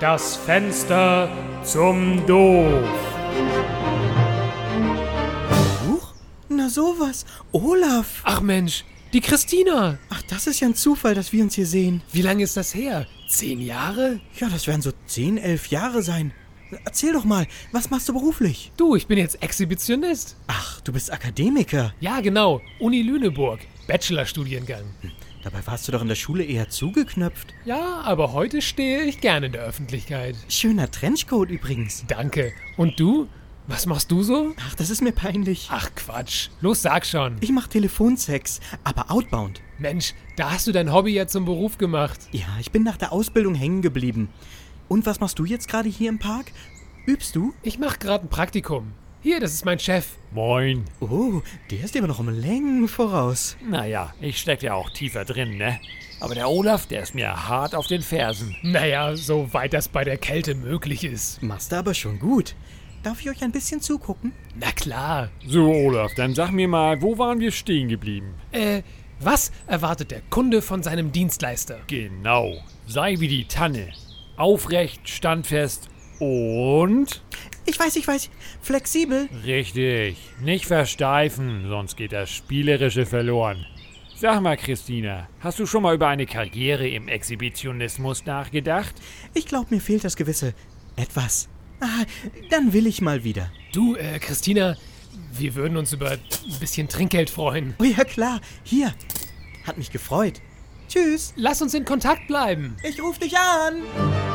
Das Fenster zum Doof. Huch? Na sowas. Olaf. Ach Mensch, die Christina. Ach, das ist ja ein Zufall, dass wir uns hier sehen. Wie lange ist das her? Zehn Jahre? Ja, das werden so zehn, elf Jahre sein. Erzähl doch mal, was machst du beruflich? Du, ich bin jetzt Exhibitionist. Ach, du bist Akademiker. Ja, genau. Uni Lüneburg. Bachelorstudiengang. Dabei warst du doch in der Schule eher zugeknöpft. Ja, aber heute stehe ich gerne in der Öffentlichkeit. Schöner Trenchcoat übrigens. Danke. Und du? Was machst du so? Ach, das ist mir peinlich. Ach Quatsch. Los, sag schon. Ich mach Telefonsex, aber outbound. Mensch, da hast du dein Hobby ja zum Beruf gemacht. Ja, ich bin nach der Ausbildung hängen geblieben. Und was machst du jetzt gerade hier im Park? Übst du? Ich mach gerade ein Praktikum. Hier, das ist mein Chef. Moin. Oh, der ist dir aber noch um Längen voraus. Naja, ich steck ja auch tiefer drin, ne? Aber der Olaf, der ist mir hart auf den Fersen. Naja, soweit das bei der Kälte möglich ist. Machst du aber schon gut. Darf ich euch ein bisschen zugucken? Na klar. So, Olaf, dann sag mir mal, wo waren wir stehen geblieben? Äh, was erwartet der Kunde von seinem Dienstleister? Genau. Sei wie die Tanne. Aufrecht, standfest und. Ich weiß, ich weiß. Flexibel. Richtig. Nicht versteifen, sonst geht das Spielerische verloren. Sag mal, Christina, hast du schon mal über eine Karriere im Exhibitionismus nachgedacht? Ich glaube, mir fehlt das gewisse etwas. Ah, dann will ich mal wieder. Du, äh, Christina, wir würden uns über ein bisschen Trinkgeld freuen. Oh ja, klar. Hier. Hat mich gefreut. Tschüss. Lass uns in Kontakt bleiben. Ich ruf dich an.